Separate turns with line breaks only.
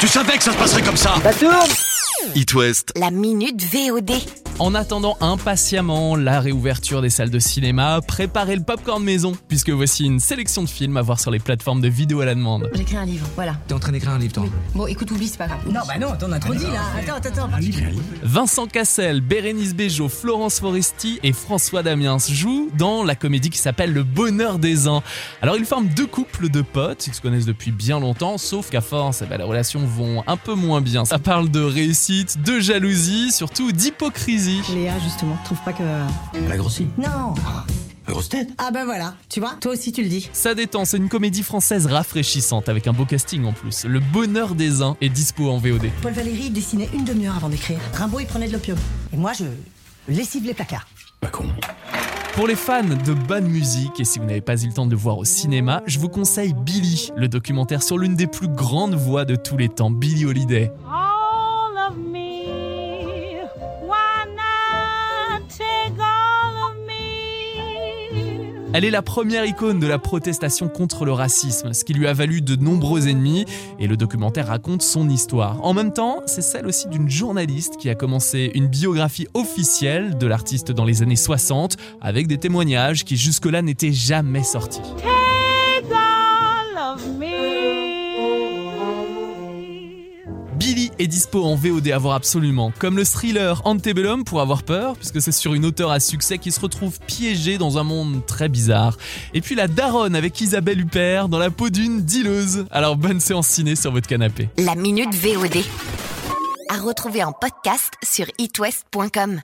Tu savais que ça se passerait comme ça
Ça tourne
It West.
La minute VOD.
En attendant impatiemment la réouverture des salles de cinéma, préparez le popcorn maison, puisque voici une sélection de films à voir sur les plateformes de vidéo à la demande.
J'écris un livre, voilà.
T'es en train d'écrire un livre, toi
Bon, écoute, oublie, c'est pas grave.
Non, bah non, t'en as trop dit là. Attends, attends, attends.
Vincent Cassel, Bérénice Bejo, Florence Foresti et François Damiens jouent dans la comédie qui s'appelle Le Bonheur des uns. Alors ils forment deux couples de potes, ils se connaissent depuis bien longtemps, sauf qu'à force, eh ben, les relations vont un peu moins bien. Ça parle de réussite, de jalousie, surtout d'hypocrisie.
Léa, justement, trouve pas que.
Elle a grossi.
Non
La grosse tête
Ah bah voilà, tu vois, toi aussi tu le dis.
Ça détend, c'est une comédie française rafraîchissante avec un beau casting en plus. Le Bonheur des uns est dispo en VOD.
Paul Valéry dessinait une demi-heure avant d'écrire. Rimbaud, il prenait de l'opium. Et moi, je lessive les placards.
Pas con.
Pour les fans de bonne musique, et si vous n'avez pas eu le temps de le voir au cinéma, je vous conseille Billy, le documentaire sur l'une des plus grandes voix de tous les temps, Billie Holiday.
all of me. Why not take all of me?
Elle est la première icône de la protestation contre le racisme, ce qui lui a valu de nombreux ennemis, et le documentaire raconte son histoire. En même temps, c'est celle aussi d'une journaliste qui a commencé une biographie officielle de l'artiste dans les années 60, avec des témoignages qui jusque-là n'étaient jamais sortis.
Take all of me.
Billy est dispo en VOD à voir absolument, comme le thriller Antebellum pour avoir peur, puisque c'est sur une auteure à succès qui se retrouve piégée dans un monde très bizarre. Et puis la daronne avec Isabelle Huppert dans la peau d'une dealeuse. Alors bonne séance ciné sur votre canapé.
La minute VOD. À retrouver en podcast sur itwest.com.